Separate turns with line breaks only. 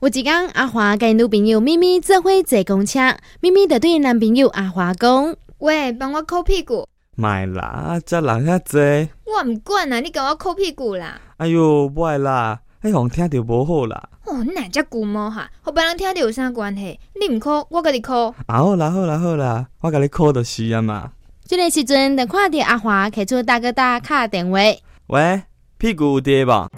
有一天，阿华跟女朋友咪咪做伙坐公车，咪咪就对男朋友阿华讲
喂，帮我抠屁股，
卖啦，啊，遮人遐济，
我唔管啊啦，你给我抠屁股啦！
哎哟，卖啦，迄互听着无好啦。
哦，你哪只龟毛哈？和别人听到有啥关系？你唔抠，我给你抠。
啊好啦好啦好啦，我甲你考着是啊嘛。：“
这个时阵，就看到阿华开出大哥大敲电话。”
喂，屁股有跌无？